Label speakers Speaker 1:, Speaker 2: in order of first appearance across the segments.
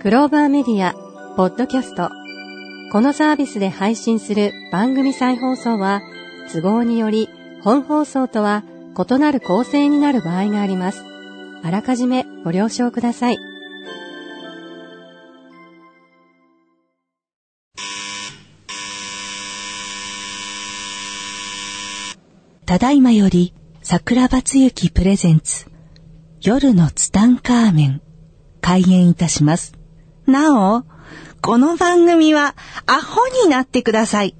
Speaker 1: クローバーメディア、ポッドキャスト。このサービスで配信する番組再放送は、都合により本放送とは異なる構成になる場合があります。あらかじめご了承ください。
Speaker 2: ただいまより、桜庭つゆきプレゼンツ、夜のツタンカーメン、開演いたします。なお、この番組は、アホになってください。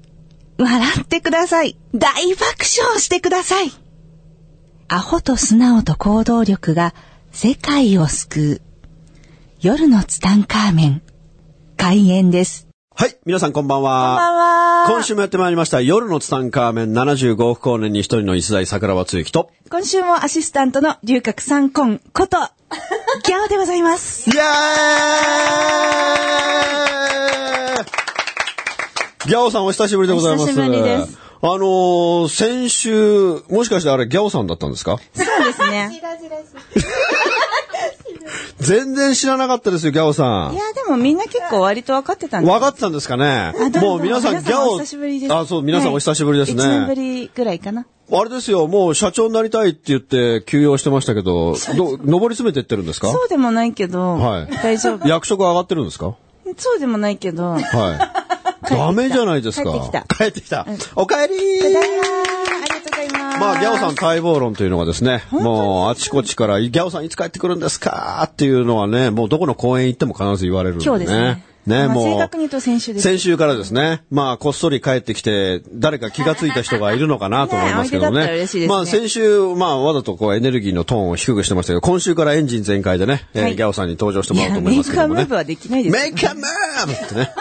Speaker 2: 笑ってください。大爆笑してください。アホと素直と行動力が世界を救う。夜のツタンカーメン、開演です。
Speaker 3: はい、皆さんこんばん
Speaker 2: こんば
Speaker 3: は。
Speaker 2: んは。
Speaker 3: 今週もやってまいりました、夜のツタンカーメン75億光年に一人の逸材桜庭つゆきと。
Speaker 2: 今週もアシスタントの龍角三根こと、ギャオでございます。
Speaker 3: イエーイギャオさんお久しぶりでございます。
Speaker 2: お久しぶりです
Speaker 3: あのー、先週、もしかしてあれギャオさんだったんですか
Speaker 2: そうですね。
Speaker 3: 全然知らなかったですよ、ギャオさ
Speaker 2: いや、でもみんな結構割と分かってたん
Speaker 3: ん。
Speaker 2: で。
Speaker 3: わかってたんですかね
Speaker 2: どう
Speaker 3: も
Speaker 2: も
Speaker 3: う皆さん
Speaker 2: 皆
Speaker 3: ギャ
Speaker 2: 様
Speaker 3: オ、
Speaker 2: お久しぶりです
Speaker 3: あ、そう、皆さんお久しぶりですね。
Speaker 2: 1年ぶりぐらいかな。
Speaker 3: あれですよ、もう社長になりたいって言って休養してましたけど、ど、登り詰めてってるんですか
Speaker 2: そうでもないけど、
Speaker 3: はい
Speaker 2: 大丈 夫。
Speaker 3: 役職上がってるんですか
Speaker 2: そうでもないけど、
Speaker 3: はい。
Speaker 2: 帰ってきた
Speaker 3: ダメじゃないですか。
Speaker 2: 帰ってきた
Speaker 3: 帰ってきた。お帰
Speaker 2: た
Speaker 3: り
Speaker 2: だいまありがとうございます。
Speaker 3: まあ、ギャオさん待望論というのがですね、もう、あちこちから、ギャオさんいつ帰ってくるんですかっていうのはね、もうどこの公園行っても必ず言われるんでね。
Speaker 2: 今日ですねま
Speaker 3: ね、
Speaker 2: あ
Speaker 3: もう。
Speaker 2: 正確に言うと先週です
Speaker 3: 先週からですね。まあ、こっそり帰ってきて、誰か気がついた人がいるのかなと思いますけ
Speaker 2: ね
Speaker 3: ど
Speaker 2: おいでだった
Speaker 3: ね。
Speaker 2: ら嬉しいですね
Speaker 3: まあ、先週、まあ、わざとこう、エネルギーのトーンを低くしてましたけど、今週からエンジン全開でね、えー
Speaker 2: はい
Speaker 3: ギャオさんに登場して
Speaker 2: い
Speaker 3: もらおう
Speaker 2: や、
Speaker 3: と思
Speaker 2: メ
Speaker 3: い
Speaker 2: イ
Speaker 3: ます
Speaker 2: ク
Speaker 3: けど
Speaker 2: ア
Speaker 3: も
Speaker 2: ム
Speaker 3: ね。
Speaker 2: ーブはできないですよ。
Speaker 3: メイクアムーってね。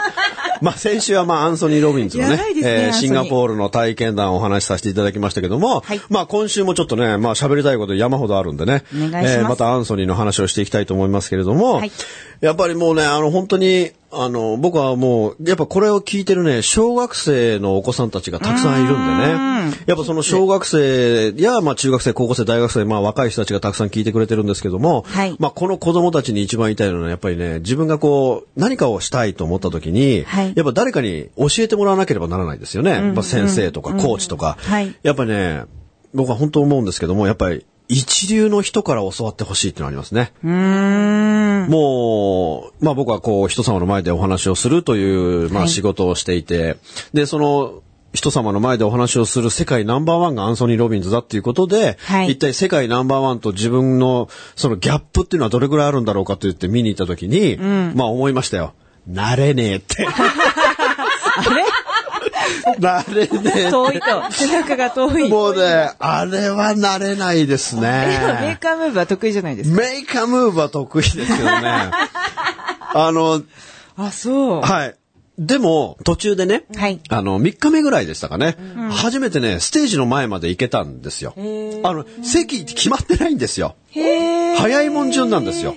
Speaker 3: まあ先週はまあアンソニー・ロビンズの
Speaker 2: や
Speaker 3: ね
Speaker 2: ばいですねアンソニー
Speaker 3: シンガポールの体験談をお話しさせていただきましたけども、
Speaker 2: はい
Speaker 3: まあ今週もちょっとね、まあ喋りたいこと山ほどあるんでね、
Speaker 2: お願いします
Speaker 3: またアンソニーの話をしていきたいと思いますけれども、
Speaker 2: はい
Speaker 3: やっぱりもうね、あの本当に、あの僕はもう、やっぱこれを聞いてるね、小学生のお子さんたちがたくさんいるんでね、やっぱその小学生や、まあ中学生、高校生、大学生、まあ若い人たちがたくさん聞いてくれてるんですけども、
Speaker 2: はい
Speaker 3: まあこの子供たちに一番言いたいのはやっぱりね、自分がこう、何かをしたいと思った時に、
Speaker 2: はい
Speaker 3: やっぱ誰かに教えてもらわなければならないですよね。やっぱ先生とかコーチとか。
Speaker 2: はい
Speaker 3: やっぱね、僕は本当思うんですけども、やっぱり一流の人から教わってほしいってのありますね。
Speaker 2: うーん。
Speaker 3: もう、まあ僕はこう、人様の前でお話をするという、まあ仕事をしていて、で、その、人様の前でお話をする世界ナンバーワンがアンソニー・ロビンズだっていうことで、
Speaker 2: はい
Speaker 3: 一体世界ナンバーワンと自分のそのギャップっていうのはどれぐらいあるんだろうかと言って見に行った時に、まあ思いましたよ。なれねえって。 なれねえ
Speaker 2: 遠いと、背中が遠い。
Speaker 3: もうね、あれはなれないです
Speaker 2: でも メイ
Speaker 3: ね。
Speaker 2: クアムーブは得意じゃないですか。
Speaker 3: メイクアムーブは得意ですけ どね。あの、
Speaker 2: あ、そう。
Speaker 3: はい。でも、途中でね、
Speaker 2: はい
Speaker 3: あの、3日目ぐらいでしたかね、初めてね、ステージの前まで行けたんですよ。あの、席決まってないんですよ。
Speaker 2: へー。
Speaker 3: 早いもん順なんですよ。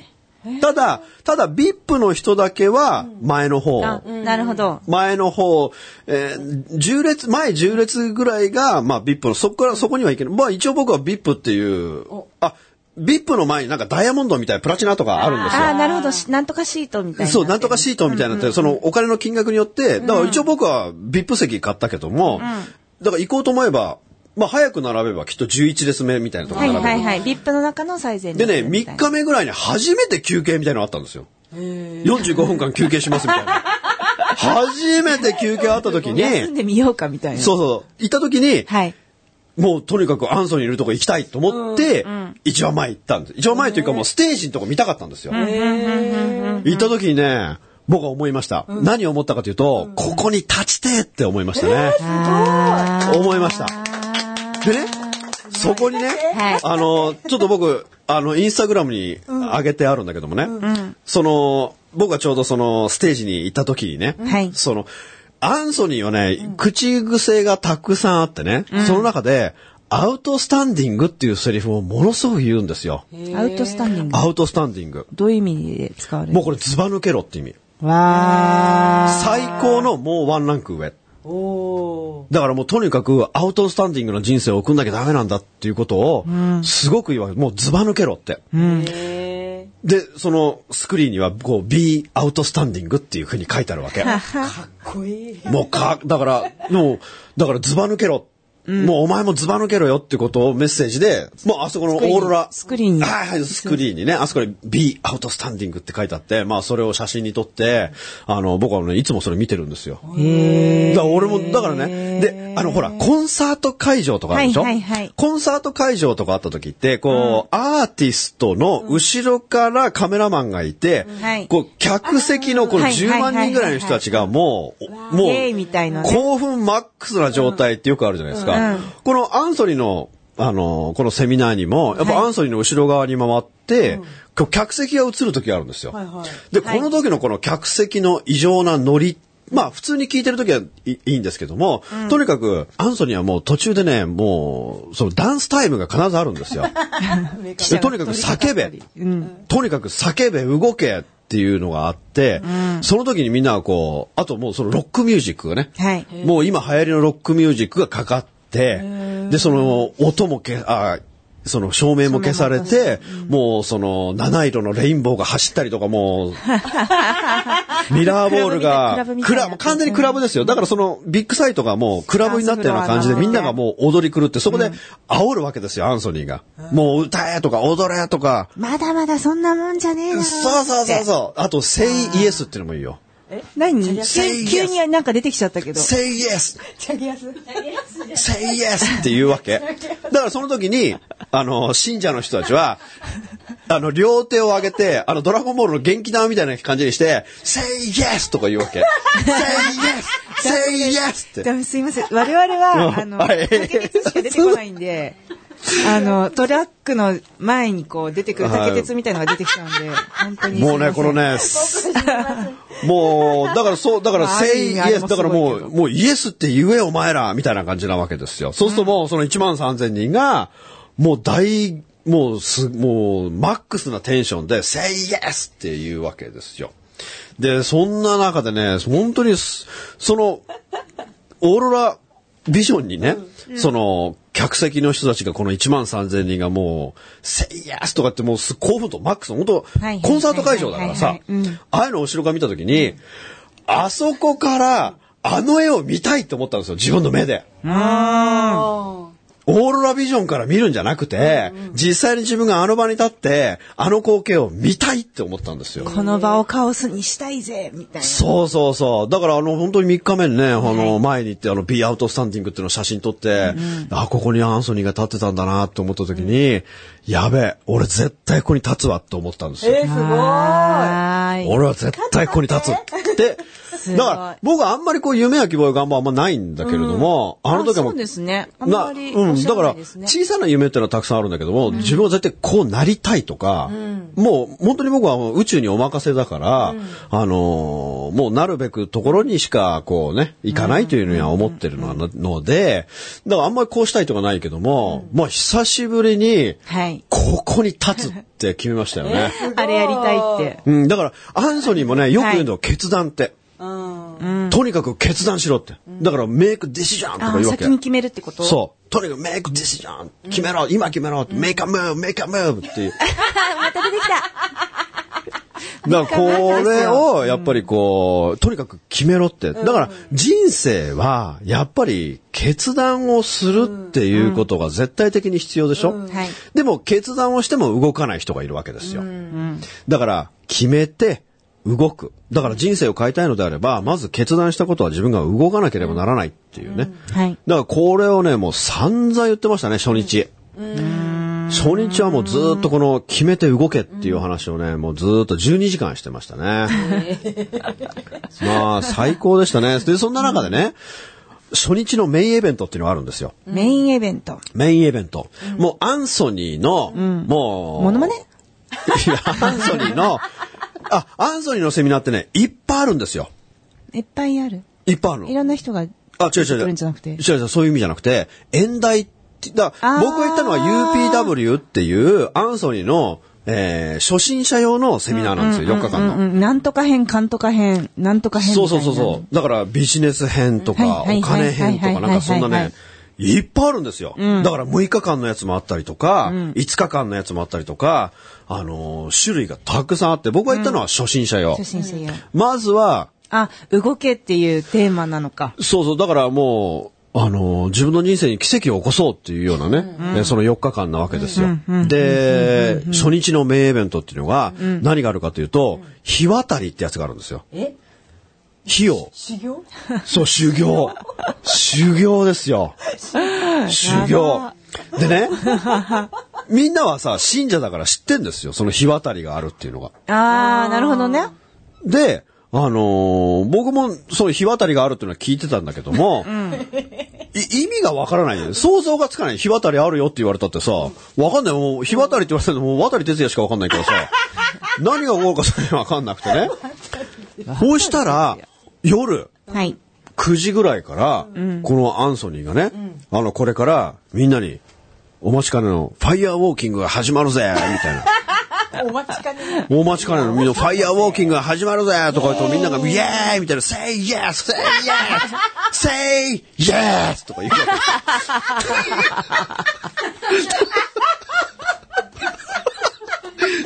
Speaker 3: ただ、ただ、VIP の人だけは、前の方。
Speaker 2: あ、なるほど。
Speaker 3: 前の方、えー、10列、前10列ぐらいが、まあ、VIP の、そこから、そこにはいけない。まあ、一応僕は VIP っていう、あ、VIP の前になんかダイヤモンドみたいなプラチナとかあるんですよ。
Speaker 2: あ、なるほど。しなんとかシートみたいな。
Speaker 3: そう、なんとかシートみたいになって、そのお金の金額によって、だから一応僕は VIP 席買ったけども、だから行こうと思えば、まあ早く並べばきっと11列目みたいなとこ
Speaker 2: は
Speaker 3: ろ
Speaker 2: い
Speaker 3: に並べ
Speaker 2: は
Speaker 3: る
Speaker 2: いはい。ビップの中の最善
Speaker 3: でね、3日目ぐらいに初めて休憩みたいなのあったんですよ。45分間休憩しますみたいな。 初めて休憩あった時に、
Speaker 2: 休んでみようかみたいな。
Speaker 3: そうそう、行った時に、
Speaker 2: はい。
Speaker 3: もうとにかくアンソニーいるとこ行きたいと思って、一番前行ったんです。一番前というかもうステージのとこ見たかったんですよ。行った時にね、僕は思いました。何を思ったかというと、ここに立ちてえって思いましたね。思いました。でね、そこにね、
Speaker 2: はい
Speaker 3: あの、ちょっと僕、あの、インスタグラムに上げてあるんだけどもね、その、僕がちょうどそのステージに行った時にね、
Speaker 2: はい
Speaker 3: その、アンソニーはね、口癖がたくさんあってね、その中で、アウトスタンディングっていうセリフをものすごく言うんですよ。
Speaker 2: アウトスタンディング。
Speaker 3: アウトスタンディング。
Speaker 2: どういう意味で使われる
Speaker 3: もうこれズバ抜けろって意味。
Speaker 2: わ
Speaker 3: 最高のもうワンランク上。だからもうとにかくアウトスタンディングの人生を送んなきゃダメなんだっていうことをすごく言われる。もうズバ抜けろって。で、そのスクリーンには、こう、be outstanding っていうふうに書いてあるわけ。
Speaker 2: かっこいい。
Speaker 3: もうか、だから、もう、だからズバ抜けろ。もうお前もズバ抜けろよってことをメッセージで、もうあそこのオーロラ。
Speaker 2: スクリーンに
Speaker 3: はいはい、スクリーンにね、あそこに be outstanding って書いてあって、まあそれを写真に撮って、あの、僕はね、いつもそれ見てるんですよ。だから俺も、だからね、で、あの、ほら、コンサート会場とかあるでしょ、
Speaker 4: はいはいはい
Speaker 3: コンサート会場とかあった時って、こう、アーティストの後ろからカメラマンがいて、
Speaker 4: はい
Speaker 3: こう、客席のこの
Speaker 4: あー
Speaker 3: 10万人ぐらいの人たちがもう、も
Speaker 2: イエーイみたいな
Speaker 3: う、
Speaker 2: ね
Speaker 3: 興奮マックスな状態ってよくあるじゃないですか。このアンソニーの、あの、このセミナーにも、やっぱアンソニーの後ろ側に回って、こう客席が映る時があるんですよ。
Speaker 2: はいはい
Speaker 3: で、この時のこの客席の異常なノリ、まあ普通に聞いてる時はい、いいんですけども、とにかくアンソニーはもう途中でね、もう、そのダンスタイムが必ずあるん ですよ。でとにかく叫べ、とにかく叫べ、動けっていうのがあって、その時にみんなはこう、あともうそのロックミュージックがね、
Speaker 4: はい
Speaker 3: もう今流行りのロックミュージックがかかって、で、その音もけ、あその照明も消されて、もうその七色のレインボーが走ったりとかもう、 ミラーボールが、
Speaker 4: クラ
Speaker 3: クラブ、
Speaker 4: ブみたいな
Speaker 3: 完全にクラブですよ。だからそのビッグサイトがもうクラブになったような感じで
Speaker 2: ダンスフロアが
Speaker 3: みんながもう踊り狂って、そこで煽るわけですよ、アンソニーが。もう歌えとか踊れとか。
Speaker 4: まだまだそんなもんじゃねえ
Speaker 3: そう
Speaker 4: な。
Speaker 3: そうそうそう。あと、say yes っていうのもいいよ。
Speaker 2: 何急
Speaker 3: Say
Speaker 2: に急になんか出てきちゃったけど。
Speaker 3: say yes!
Speaker 2: チャギアス。
Speaker 3: say yes! っていうわけ。だからその時に、あの、信者の人たちは、あの、両手を上げて、あの、ドラゴンボールの元気玉みたいな感じにして、say yes! とか言うわけ。say yes! say yes! って。
Speaker 2: でもすいません。我々 は、あの、
Speaker 3: はい
Speaker 2: 竹鉄しか出てこないん で、あの、トラックの前にこう出てくる竹鉄みたいのが出てきたんで、本当にすいま
Speaker 3: も
Speaker 2: せ。
Speaker 3: うんね、こ のね、もう、だからそう、だから、
Speaker 2: まあ
Speaker 3: say
Speaker 2: ある意味あれ
Speaker 3: yes,
Speaker 2: も
Speaker 3: だからも
Speaker 2: すご
Speaker 3: う、
Speaker 2: い
Speaker 3: もうイエスって言えよお前ら、みたいな感じなわけですよ。そうするともう、その1万3000人が、もう大、もうす、もう、マックスなテンションで、say yes っていうわけですよ。で、そんな中でね、本当にす、その、オーロラビジョンにね、その、客席の人たちがこの1万3000人がもう、せいやーすとかってもうす興奮とマックスの、本
Speaker 4: いはい
Speaker 3: 当コンサート会場だから
Speaker 4: は
Speaker 3: さ
Speaker 4: い、はいはい
Speaker 3: ああいうのを後ろから見たときに、あそこからあの絵を見たいって思ったんですよ、自分の目で。オーロラビジョンから見るんじゃなくて、実際に自分があの場に立って、あの光景を見たいって思ったんですよ。
Speaker 2: この場をカオスにしたいぜ、みたいな。
Speaker 3: そうそうそう。だからあの、本当に3日目にね、あの、前に行って、あの、ビーアウトスタンディングっていうのを写真撮って、あ、ここにアンソニーが立ってたんだなと思った時に、やべえ、俺絶対ここに立つわって思ったんですよ。
Speaker 2: え、すごい。
Speaker 4: はい。
Speaker 3: 俺は絶対ここに立つって。だから、僕はあんまりこう、夢や希望や願望はあんまないんだけれども、あの時はも
Speaker 2: そうですね。あん
Speaker 3: な、
Speaker 2: ま
Speaker 3: う
Speaker 2: りおっ
Speaker 3: ん、
Speaker 2: し
Speaker 3: だ
Speaker 2: ゃ
Speaker 3: から
Speaker 2: ない
Speaker 3: ら
Speaker 2: ですね。
Speaker 3: 小さな夢ってのはたくさんあるんだけども、自分は絶対こうなりたいとか、もう本当に僕はもう宇宙にお任せだから、あのーもうなるべくところにしかこうね、行かないというのには思ってるのはなので、だからあんまりこうしたいとかないけども、もう久しぶりに、
Speaker 2: はい。
Speaker 3: ここに立つって決めましたよね。
Speaker 2: あれやりたいって。
Speaker 3: うん、だから、アンソニーもね、よく言うのは決断って。とにかく決断しろって。だから、メイクディシジョンとか
Speaker 2: あ
Speaker 3: 言うわけ。
Speaker 2: 先に決めるってこと
Speaker 3: そう。とにかくメイクディシジョン。決めろ、今決めろ、メイクアムーブ、メイクアムーブ っていう。また出てきた。だからこれをやっぱりこう、とにかく決めろって。だから人生はやっぱり決断をするっていうことが絶対的に必要でしょ、
Speaker 2: はい
Speaker 3: でも決断をしても動かない人がいるわけですよ。だから決めて動く。だから人生を変えたいのであれば、まず決断したことは自分が動かなければならないっていうね。
Speaker 2: はい。
Speaker 3: だからこれをね、もう散々言ってましたね、初日。初日はもうずーっとこの決めて動けっていう話をね、もうずーっと12時間してましたね。まあ最高でしたね。で、そんな中でね、初日のメインイベントっていうのがあるんですよ。
Speaker 2: メインイベント。
Speaker 3: メインイベント。もうアンソニーの、もう。
Speaker 2: モノマネ
Speaker 3: いや、アンソニーの、あ、アンソニーのセミナーってね、いっぱいあるんですよ。
Speaker 2: いっぱいある。
Speaker 3: いっぱいあるの
Speaker 2: い。ろんな人が。
Speaker 3: あ、違う違う
Speaker 2: 来
Speaker 3: 違
Speaker 2: る
Speaker 3: う。
Speaker 2: んじゃなくて
Speaker 3: 違う違う、そういう意味じゃなくて、演題って、だ
Speaker 2: あー
Speaker 3: 僕が行ったのは UPW っていう、アンソニーの、えー初心者用のセミナーなんですよ、4日間の。
Speaker 2: うん、なんとか編、かんとか編、なんとか編みた
Speaker 3: そ
Speaker 2: いうな。
Speaker 3: そうそうそう。だからビジネス編とか、
Speaker 2: はいはい
Speaker 3: お金編と
Speaker 2: はい
Speaker 3: か、
Speaker 2: はい
Speaker 3: なんかそんな
Speaker 2: はいはい
Speaker 3: ね、いっぱいあるんですよ。だから6日間のやつもあったりとか、5日間のやつもあったりとか、あのー種類がたくさんあって、僕が行ったのは初心者用。
Speaker 2: 初心者用。
Speaker 3: まずは、
Speaker 2: あ、動けっていうテーマなのか。
Speaker 3: そうそう、だからもう、あのー、自分の人生に奇跡を起こそうっていうようなね、えその4日間なわけですよ。で、初日の名イベントっていうのが、何があるかというと、火渡りってやつがあるんですよ。
Speaker 5: え
Speaker 3: 火を、
Speaker 5: 修行
Speaker 3: そう、修行。修行です よ。修行。でね、みんなはさ、信者だから知ってんですよ、その火渡りがあるっていうのが。
Speaker 2: あー、なるほどね。
Speaker 3: で、あのー僕もそういう日渡りがあるっていうのは聞いてたんだけども、い意味がわからないよね想像がつかない。日渡りあるよって言われたってさ、わかんない。もう日渡りって言われたらもう渡り哲也しかわかんないからさ、何が起こるかそれわかんなくてね。そうしたら、夜、
Speaker 2: はい。
Speaker 3: 9時ぐらいから、このアンソニーがね、あの、これからみんなに、お待ちかねのファイヤーウォーキングが始まるぜみたいな。
Speaker 5: お待ちかねの。
Speaker 3: 大町かねのみんな、ファイヤーウォーキングが始まるぜとか言うと、みんなが、イエーイみたいな、say yes! say yes! say yes! とか言うわ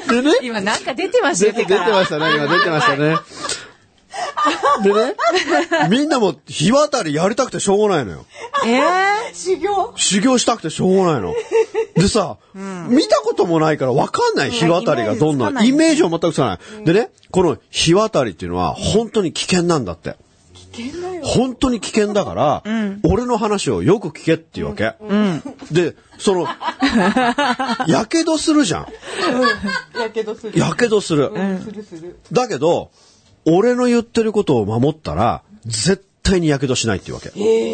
Speaker 3: け。でね、
Speaker 2: 今なんか出てました
Speaker 3: 出
Speaker 2: よ、手
Speaker 3: て出
Speaker 2: か
Speaker 3: てま
Speaker 2: ら。
Speaker 3: したね、今出てましたね。でね、みんなも日渡りやりたくてしょうがないのよ。
Speaker 2: え
Speaker 5: 修行
Speaker 3: 修行したくてしょうがない の。でさ、見たこともないから分かんない日渡りがどん
Speaker 2: イメージつか
Speaker 3: な、
Speaker 2: ない
Speaker 3: イメージは全くつかない。でね、この日渡りっていうのは本当に危険なんだって。
Speaker 5: 危険だよ。
Speaker 3: 本当に危険だから、俺の話をよく聞けっていうわけ。で、そ の、やけどするじゃん。
Speaker 5: やけどする。
Speaker 3: やけどする。
Speaker 5: するする。
Speaker 3: だけど、俺の言ってることを守ったら、絶対にやけどしないっていうわけ。
Speaker 5: へ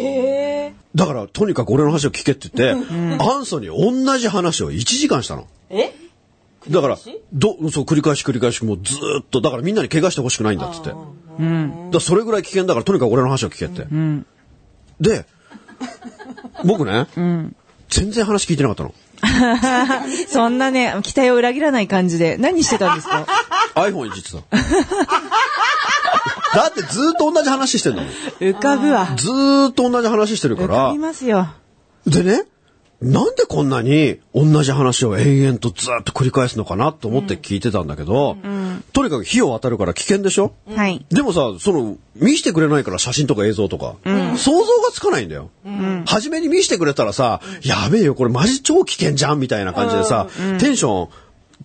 Speaker 5: え。
Speaker 3: だから、とにかく俺の話を聞けって言って、アンソニー同じ話を1時間したの。
Speaker 5: え
Speaker 3: だから
Speaker 5: し、
Speaker 3: ど、そう、繰り返し繰り返し、もうずーっと、だからみんなに怪我してほしくないんだって言って。だからそれぐらい危険だから、とにかく俺の話を聞けって。で、僕ね、全然話聞いてなかったの。
Speaker 2: ー、そんなね、期待を裏切らない感じで。何してたんですか
Speaker 3: iPhone いじ ってた。だってずーっと同じ話してんだもん。
Speaker 2: 浮かぶわ。
Speaker 3: ずーっと同じ話してるか
Speaker 2: 浮からび、ますよ。
Speaker 3: でね、なんでこんなに同じ話を延々とずーっと繰り返すのかなと思って聞いてたんだけど、とにかく火を当たるから危険でしょ、
Speaker 2: はい。
Speaker 3: でもさ、その、見してくれないから写真とか映像とか、想像がつかないんだよ。初めに見してくれたらさ、やべえよ、これマジ超危険じゃんみたいな感じでさ、テンション、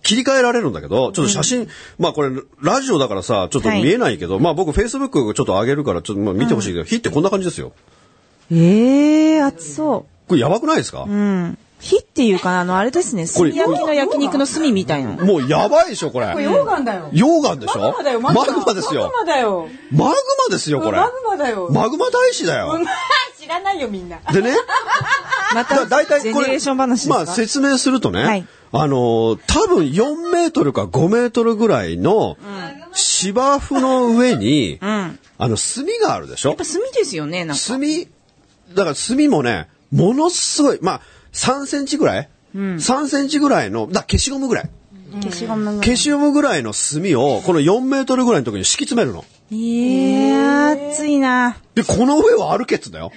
Speaker 3: 切り替えられるんだけど、ちょっと写真、まあこれ、ラジオだからさ、ちょっと見えないけど、まあ僕、Facebook ちょっと上げるから、ちょっとまあ見てほしいけど、火ってこんな感じですよ。
Speaker 2: ええー、熱そう。
Speaker 3: これやばくないですか、
Speaker 2: うん。火っていうかな、あの、あれですね、
Speaker 3: これ
Speaker 2: 炭焼きの焼肉の炭みたいな。
Speaker 3: もうやばいでしょ、これ。
Speaker 5: これ溶岩だよ。
Speaker 3: 溶岩でしょ
Speaker 5: マグマだよ、
Speaker 3: マグマですよ
Speaker 5: マ。グマだよ。
Speaker 3: マグマですよ、これ。
Speaker 5: マグマだよ。
Speaker 3: マグマ大使だよ。
Speaker 5: 知らないよ、みんな。
Speaker 3: でね、
Speaker 2: ま
Speaker 3: だ
Speaker 2: た、
Speaker 3: 大
Speaker 2: ジ
Speaker 3: 体こ
Speaker 2: ェネレ
Speaker 3: れ
Speaker 2: ーション話ですか、
Speaker 3: まあ説明するとね、
Speaker 2: はい
Speaker 3: あのー多分4メートルか5メートルぐらいの芝生の上に、あの炭があるでしょ
Speaker 2: やっぱ炭ですよね、なんか。
Speaker 3: 炭、だから炭もね、ものすごい、まあ3センチぐらい、?3 センチぐらいの、だ消しゴムぐらい。
Speaker 2: 消しゴムの。
Speaker 3: 消しゴムぐらいの炭を、この4メートルぐらいの時に敷き詰めるの。
Speaker 2: えー、熱いな。
Speaker 3: で、この上を歩けっつうんだよ。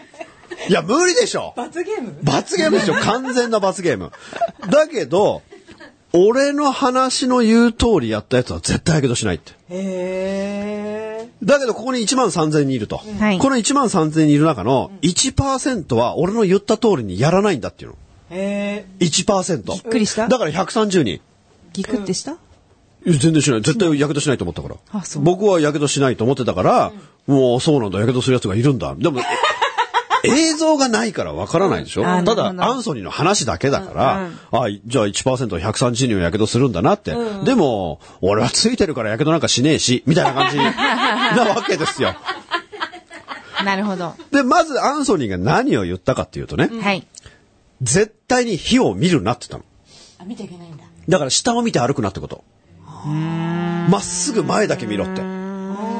Speaker 3: いや、無理でしょ
Speaker 5: 罰ゲーム
Speaker 3: 罰ゲームですよ。完全な罰ゲーム。だけど、俺の話の言う通りやったやつは絶対やけどしないって。
Speaker 5: へえ。
Speaker 3: だけど、ここに1万3000人いると。
Speaker 2: はい
Speaker 3: この1万3000人いる中の1%は俺の言った通りにやらないんだっていうの。
Speaker 5: へえ。
Speaker 3: 1%。
Speaker 2: びっくりした
Speaker 3: だから130人。
Speaker 2: ギクってした
Speaker 3: いや全然しない。絶対やけどしないと思ったから。
Speaker 2: あそう
Speaker 3: 僕はやけどしないと思ってたから、もうそうなんだ、やけどするやつがいるんだ。でも、 え映像がないからわからないでしょ
Speaker 2: あな
Speaker 3: た
Speaker 2: るほ
Speaker 3: だ、
Speaker 2: ど
Speaker 3: アンソニーの話だけだから、あ、じゃあ1%は130人はやけどするんだなって。でも、俺はついてるからやけどなんかしねえし、みたいな感じなわけですよ。
Speaker 2: なるほど。
Speaker 3: で、まずアンソニーが何を言ったかっていうとね、
Speaker 2: はい。
Speaker 3: 絶対に火を見るなって言ったの。
Speaker 5: あ、見ていけないんだ。
Speaker 3: だから下を見て歩くなってこと。まっすぐ前だけ見ろって。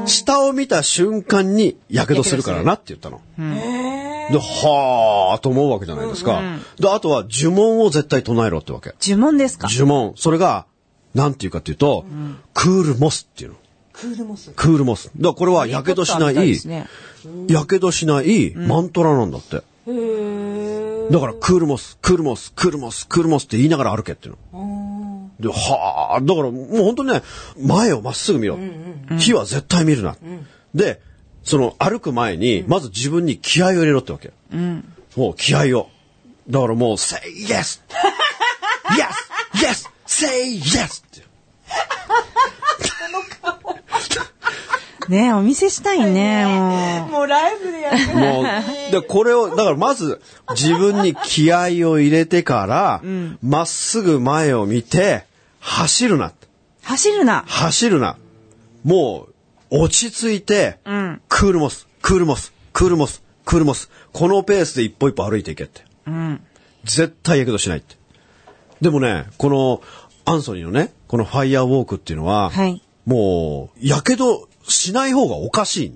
Speaker 3: 下を見た瞬間に火傷するからなって言ったの。で、はーと思うわけじゃないですか。で、あとは呪文を絶対唱えろってわけ。
Speaker 2: 呪文ですか
Speaker 3: 呪文。それが、なんていうかっていうと、クールモスっていうの。
Speaker 5: クールモス。
Speaker 3: クールモス。だからこれは火傷しな
Speaker 2: ポッターみた
Speaker 3: い
Speaker 2: です、ね
Speaker 3: 火傷しないマントラなんだって。
Speaker 5: へえ。
Speaker 3: だから、クールモス、クールモス、クールモス、クールモスって言いながら歩けっていうの。で、はあ、だからもう本当にね、前をまっすぐ見ろ。火は絶対見るな。で、その歩く前に、まず自分に気合を入れろってわけ。もう気合を。だからもう、say yes! yes! yes! say yes! って。
Speaker 2: ねえ、お見せしたいね、もう。
Speaker 5: もうライブ でやってる。
Speaker 3: もう、で、これを、だからまず、自分に気合を入れてから、まっすぐ前を見て、走るな。
Speaker 2: 走るな。
Speaker 3: 走るな。もう、落ち着いて、
Speaker 2: うん。
Speaker 3: クールモス、クールモス、クールモス、クールモス。このペースで一歩一歩歩いていけって。
Speaker 2: うん。
Speaker 3: 絶対やけどしないって。でもね、この、アンソニーのね、このファイヤーウォークっていうのは、
Speaker 2: はい
Speaker 3: もう、やけどしない方がおかしい、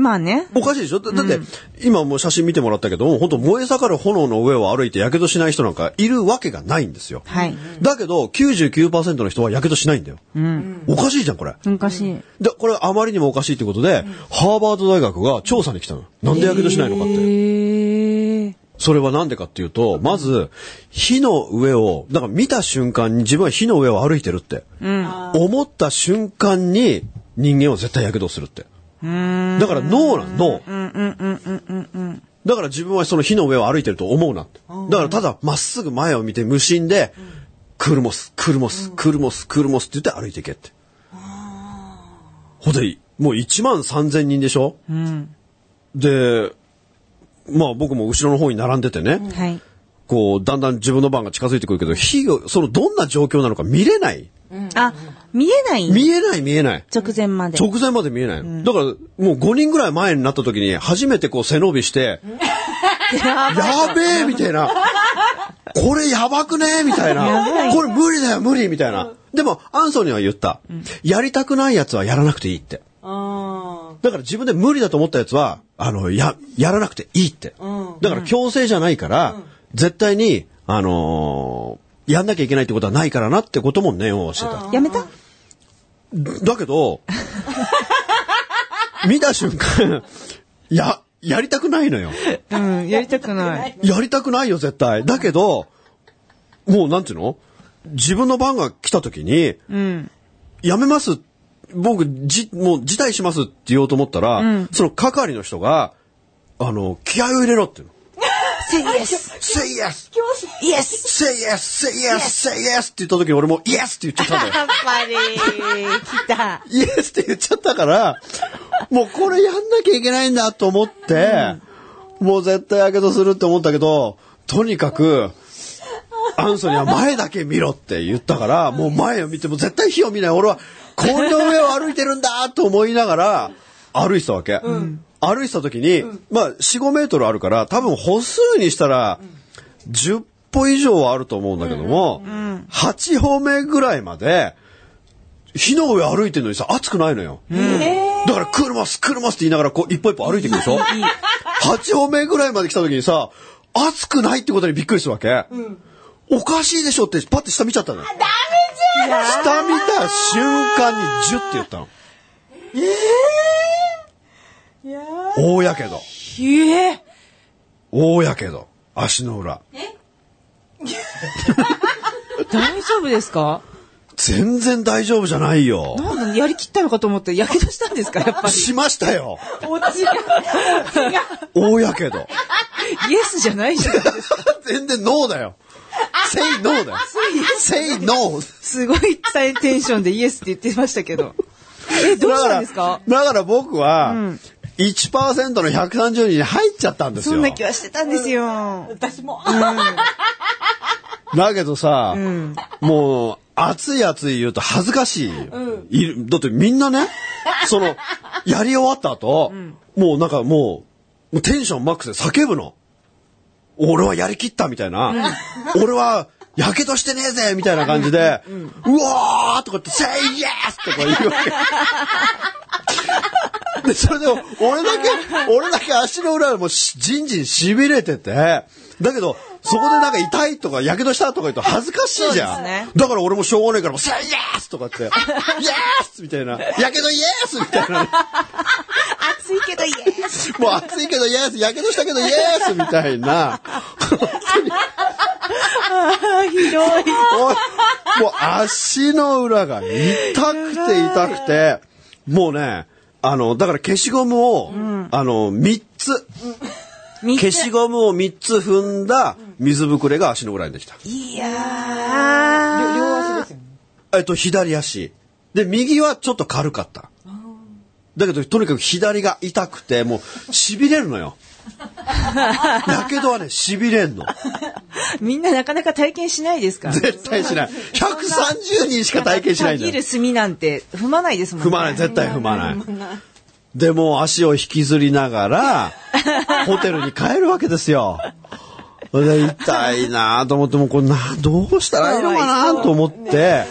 Speaker 2: まあね。
Speaker 3: おかしいでしょだだって、今もう写真見てもらったけども、本当燃え盛る炎の上を歩いて火傷しない人なんかいるわけがないんですよ。
Speaker 2: はい。
Speaker 3: だけど、99%の人は火傷しないんだよ。
Speaker 2: うん。
Speaker 3: おかしいじゃん、これ。
Speaker 2: 難しい。
Speaker 3: で、これあまりにもおかしいってことで、ハーバード大学が調査に来たの。なんで火傷しないのかって。
Speaker 2: へえ。
Speaker 3: それはなんでかっていうと、まず、火の上を、だから見た瞬間に自分は火の上を歩いてるって、思った瞬間に人間は絶対火傷するって。だから脳なん、脳。だから自分はその火の上を歩いてると思うなって。だからただまっすぐ前を見て無心で、クールモス、クールモス、クールモス、クールモスって言って歩いていけって。ほんとに、もう1万3000人でしょ
Speaker 2: うん。
Speaker 3: で、まあ僕も後ろの方に並んでてね、
Speaker 2: はい。
Speaker 3: こう、だんだん自分の番が近づいてくるけど、火が、その、どんな状況なのか見れない。
Speaker 2: あ、見えない
Speaker 3: 見えない見えない。
Speaker 2: 直前まで。
Speaker 3: 直前まで見えないの。だから、もう5人ぐらい前になった時に、初めてこう背伸びして、
Speaker 2: やばい
Speaker 3: やべえみたいな。これやばくねみたいな。これ無理だよ無理みたいな。でも、アンソニーは言った。やりたくないやつはやらなくていいって。
Speaker 5: あ
Speaker 3: だから自分で無理だと思ったやつは、あの、や、やらなくていいって。だから強制じゃないから、絶対に、あのーやんなきゃいけないってことはないからなってことも念を押してた。
Speaker 2: やめた
Speaker 3: だけど、見た瞬間、や、やりたくないのよ。
Speaker 2: うん、やりたくない。
Speaker 3: やりたくないよ、絶対。だけど、もうなんていうの自分の番が来た時に、
Speaker 2: うん。
Speaker 3: やめます。僕、じ、もう辞退しますって言おうと思ったら、その係の人が、あの、気合を入れろっていうの。
Speaker 2: せいです
Speaker 3: say yes!
Speaker 2: イエス
Speaker 3: say yes! say yes! say yes! って言った時に俺も yes! って言っちゃったんだよ。
Speaker 2: やっぱり、来た。
Speaker 3: yes! って言っちゃったから、もうこれやんなきゃいけないんだと思って、もう絶対やけどするって思ったけど、とにかく、アンソニーは前だけ見ろって言ったから、もう前を見ても絶対火を見ない。俺は、こんな上を歩いてるんだと思いながら、歩いてたわけ。歩いてた時に、まあ、4、5メートルあるから、多分歩数にしたら、10歩以上はあると思うんだけども、8歩目ぐらいまで、火の上歩いてるのにさ、暑くないのよ。だから、クールマス、クールマスって言いながら、こう、一歩一歩歩いていくでしょ ?8 歩目ぐらいまで来た時にさ、暑くないってことにびっくりするわけ。おかしいでしょって、パッて下見ちゃったのよ。下見た瞬間にジュって言ったの。
Speaker 5: ーいや
Speaker 3: 大やけど。
Speaker 5: ー。ええ。
Speaker 3: 大やけど。足の裏。
Speaker 2: 大丈夫ですか
Speaker 3: 全然大丈夫じゃないよ。
Speaker 2: なんだやりきったのかと思って、やけどしたんですかやっぱ
Speaker 3: しましたよ。
Speaker 5: おちが。
Speaker 3: 大やけど。
Speaker 2: り。イエスじゃないじゃん。
Speaker 3: 全然ノーだよ。セイノーだよ。セイノー。
Speaker 2: すごいテンションでイエスって言ってましたけど。え、どうしたんですか
Speaker 3: だからだから僕は、1%の130人に入っちゃったんです
Speaker 2: そ
Speaker 3: よ
Speaker 2: ん。な気はしてたんですよ。
Speaker 5: 私も。
Speaker 3: だけどさ、
Speaker 2: ん
Speaker 3: もう、熱い熱い言うと恥ずかしいよ。いるだってみんなね、その、やり終わった後、もうなんかもう、もうテンションマックスで叫ぶの。俺はやりきったみたいな。俺は、やけどしてねえぜみたいな感じで、うわーとかって、say yes! とか言うわけ。で、それでも、俺だけ、俺だけ足の裏がもうし、じんじん痺れてて、だけど、そこでなんか痛いとか、やけどしたとか言うと恥ずかしいじゃ
Speaker 2: そ
Speaker 3: ん。
Speaker 2: うですね
Speaker 3: だから俺もしょうがないから、もう、say yes! とかって、yes! みたいな、やけど yes! みたいな。
Speaker 2: 熱暑いけど、イエーイ
Speaker 3: もう暑いけどイエス、やけどしたけどイエスみたいな。
Speaker 2: ひどい。
Speaker 3: おいもう足の裏が痛くて痛くて、もうね、あの、だから消しゴムを、あの、3つ、
Speaker 2: 三つ
Speaker 3: 消しゴムを3つ踏んだ水ぶくれが足の裏にできた。
Speaker 2: いや
Speaker 5: 両両足ですよね。
Speaker 3: えっと、左足。で、右はちょっと軽かった。だけど、とにかく左が痛くて、もう、痺れるのよ。だけどはね、痺れんの。
Speaker 2: ーみんななかなか体験しないですから。
Speaker 3: 絶対しない。130人しか体験しないんだ
Speaker 2: た
Speaker 3: よ
Speaker 2: ぎ。る炭なんて踏まないですもんね。
Speaker 3: 踏まない、絶対踏まない。でもう足を引きずりなが ら、ホテルに帰るわけですよ。それで痛いなと思って、もうこれな、どうしたらいいのかなと思って、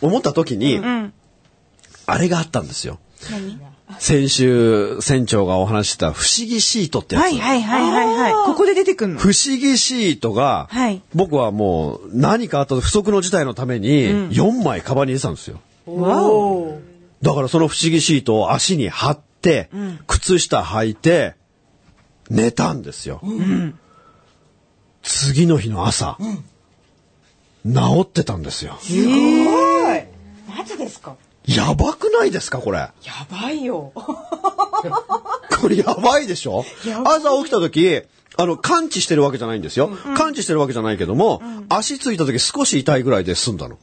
Speaker 3: 思った時に、あれがあったんですよ。先週、船長がお話しした不思議シートってやつ。
Speaker 2: はいはいはいはいはい。ここで出てくるの。
Speaker 3: 不思議シートが、
Speaker 2: はい
Speaker 3: 僕はもう何かあった不測の事態のために4枚カバンに入れてたんですよ。
Speaker 5: わお。
Speaker 3: だからその不思議シートを足に貼って、靴下履いて、寝たんですよ。次の日の朝、治ってたんですよ。
Speaker 5: すごい。マジですか
Speaker 3: やばくないですか、これ。
Speaker 5: やばいよ。
Speaker 3: これやばいでしょ朝起きた時、あの、感知してるわけじゃないんですよ。感知してるわけじゃないけども、足ついた時少し痛いぐらいで済んだの。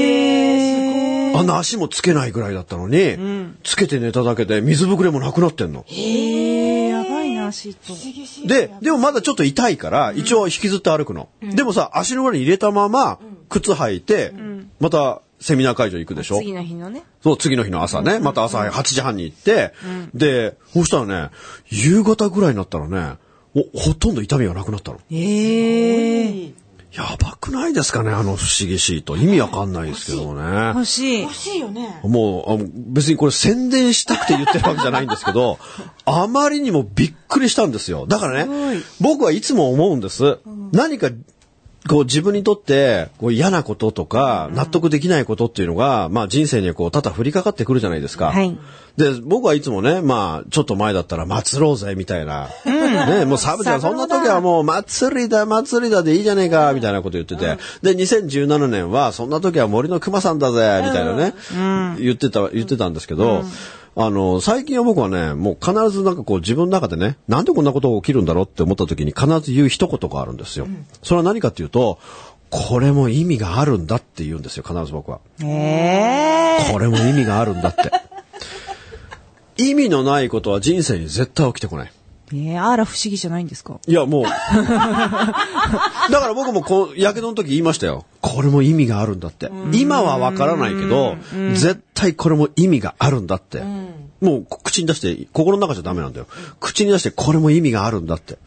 Speaker 2: ええ。
Speaker 3: あんな足もつけないぐらいだったのに、つけて寝ただけで水ぶくれもなくなってんの。
Speaker 2: ええ、やばいな、シート。
Speaker 3: で、でもまだちょっと痛いから、一応引きずって歩くの。でもさ、足の裏に入れたまま、靴履いて、またセミナー会場行くでしょ
Speaker 2: 次の日のね。
Speaker 3: そう、次の日の朝ね、また朝8時半に行って、で、そしたらね、夕方ぐらいになったらね、おほとんど痛みがなくなったの。
Speaker 2: ええ。
Speaker 3: やばくないですかね、あの不思議シート。意味わかんないですけどね。
Speaker 2: 欲しい
Speaker 5: 欲。しいよね。
Speaker 3: もう、あの別にこれ宣伝したくて言ってるわけじゃないんですけ ど、あまりにもびっくりしたんですよ。だからね、僕はいつも思うんです。何か、こう自分にとってこう嫌なこととか、納得できないことっていうのが、まあ人生にこう多々降りかかってくるじゃないですか。
Speaker 2: はい
Speaker 3: で、僕はいつもね、まあちょっと前だったら祭ろうぜみたいな。ね、もうサブちゃん、そんな時はもう祭りだ、祭りだでいいじゃねえか、みたいなこと言ってて。で、2017年は、そんな時は森の熊さんだぜ、みたいなね、言ってた、言ってたんですけど、あの、最近は僕はね、もう必ずなんかこう自分の中でね、なんでこんなことが起きるんだろうって思った時に必ず言う一言があるんですよ。それは何かっていうと、これも意味があるんだって言うんですよ、必ず僕は。
Speaker 2: ええ。
Speaker 3: これも意味があるんだ って。意味のないことは人生に絶対起きてこない。
Speaker 2: ええ、あら不思議じゃないんですか
Speaker 3: いや、もう。 だから僕もこう、やけどの時言いましたよ。これも意味があるんだって。今はわからないけど、絶対これも意味があるんだって。もう口に出して、心の中じゃダメなんだよ。口に出して、これも意味があるんだって。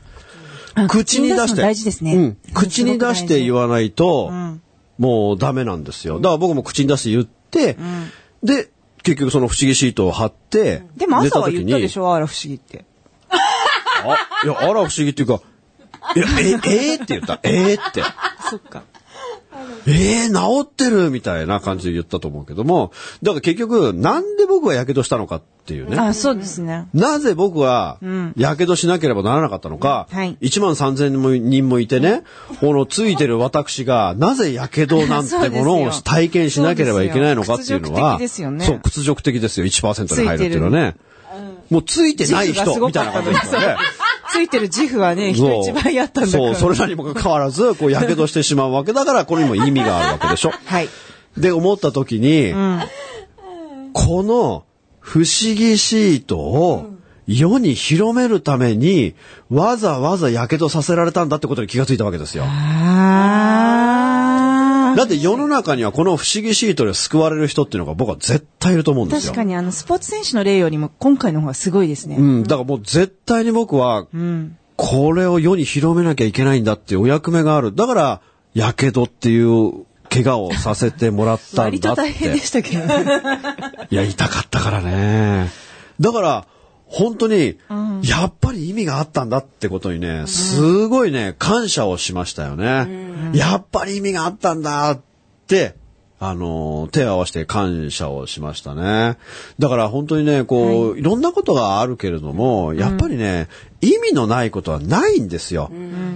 Speaker 3: 口に出
Speaker 2: 口に出す
Speaker 3: して。
Speaker 2: の大事ですね
Speaker 3: うん。口に出して言わないと
Speaker 2: ん、
Speaker 3: もうダメなんですよ。だから僕も口に出して言って、で、結局その不思議シートを貼って、
Speaker 2: でも朝は言ったでし
Speaker 3: ょ。
Speaker 2: ょ、あら不思議って。
Speaker 3: あ、いや、あら不思議っていうか、いや、え、えーって言った。えーって。
Speaker 2: そっか。
Speaker 3: えー、治ってるみたいな感じで言ったと思うけども、だから結局、なんで僕は火傷したのかっていうね。
Speaker 2: あ、そうですね。
Speaker 3: なぜ僕は
Speaker 2: ん、
Speaker 3: やけどしなければならなかったのか、
Speaker 2: はい
Speaker 3: 1万3000人もいてね、このついてる私が、なぜやけどなんてもの
Speaker 2: そうで
Speaker 3: を
Speaker 2: すよ
Speaker 3: 体験しなければいけないのかっていうのは、
Speaker 2: そうですよ屈辱的ですよね
Speaker 3: そう、屈辱的ですよ、1%に入るっていうのはね。もうついてない
Speaker 2: 自負がす
Speaker 3: 人、
Speaker 2: ご
Speaker 3: みた
Speaker 2: か
Speaker 3: い
Speaker 2: っ
Speaker 3: な
Speaker 2: た
Speaker 3: 感
Speaker 2: の
Speaker 3: じ
Speaker 2: に
Speaker 3: ですよね。
Speaker 2: ついてる自負はね、 人一倍あったんだから。
Speaker 3: そう、それらにもかかわらず、こう、やけどしてしまうわけ だから、これにも意味があるわけでしょ。
Speaker 2: はい。
Speaker 3: で、思った時に、
Speaker 2: うん。
Speaker 3: この不思議シートを世に広めるために、わざわざ火傷させられたんだってことに気がついたわけですよ。
Speaker 2: あ
Speaker 3: だって世の中にはこの不思議シートで救われる人っていうのが僕は絶対いると思うんですよ。
Speaker 2: 確かにあの、スポーツ選手の例よりも今回の方がすごいです
Speaker 3: う
Speaker 2: ね。
Speaker 3: ん、だからもう絶対に僕は、
Speaker 2: うん。
Speaker 3: これを世に広めなきゃいけないんだっていうお役目がある。だから、火傷っていう怪我をさせてもらったんだ
Speaker 2: 割と
Speaker 3: って。
Speaker 2: 大変でしたけどね。
Speaker 3: いや、痛かったからね。だから、本当に、やっぱり意味があったんだってことにね、すごいね、感謝をしましたよね。やっぱり意味があったんだって、あの、手を合わせて感謝をしましたね。だから本当にね、こう、い、ろんなことがあるけれども、やっぱりね、意味のないことはないんですよ。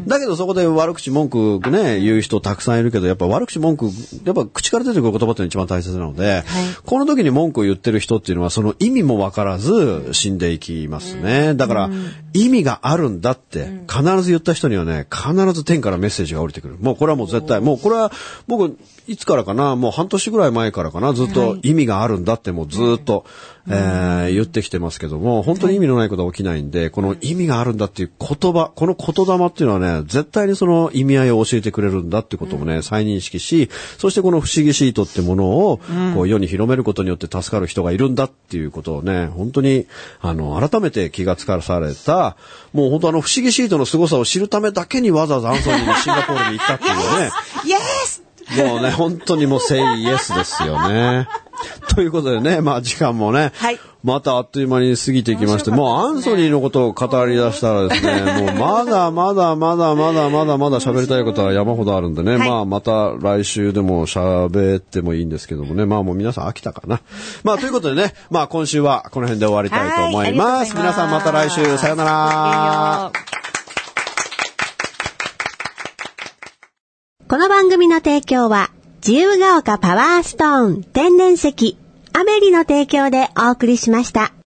Speaker 3: だけどそこで悪口文句ね、言う人たくさんいるけど、やっぱ悪口文句、やっぱ口から出てくる言葉っていうのが一番大切なので、この時に文句を言ってる人っていうのはその意味もわからず死んでいきますね。だから、意味があるんだって、必ず言った人にはね、必ず天からメッセージが降りてくる。もうこれはもう絶対、もうこれは僕、いつからかな、もう半年ぐらい前からかな、ずっと意味があるんだってもうずっと、えー言ってきてますけども、本当に意味のないことは起きないんで、この意味があるんだっていう言葉、この言霊っていうのはね、絶対にその意味合いを教えてくれるんだっていうこともね、再認識し、そしてこの不思議シートってものを、こう世に広めることによって助かる人がいるんだっていうことをね、本当に、あの、改めて気がつかされた、もう本当あの不思議シートの凄さを知るためだけにわざわざアンソニーにシンガポールに行ったって いうね。
Speaker 2: イエス
Speaker 3: もうね、本当にもう say yes です よね。ということでね、まあ時間もね、
Speaker 2: はい
Speaker 3: またあっという間に過ぎていきまして、もうアンソニーのことを語り出したらですね、 もうまだまだまだまだまだまだ喋りたいことは山ほどあるんでね、まあまた来週でも喋ってもいいんですけどもね、まあもう皆さん飽きたかな。まあということでね、まあ今週はこの辺で終わりたいと思います。
Speaker 2: はいありが
Speaker 3: 皆
Speaker 2: とう
Speaker 3: さんま
Speaker 2: ござ
Speaker 3: た
Speaker 2: いま
Speaker 3: 来
Speaker 2: す
Speaker 3: 週、さよなら。
Speaker 6: この番組の提供は、自由が丘パワーストーン天然石、アメリの提供でお送りしました。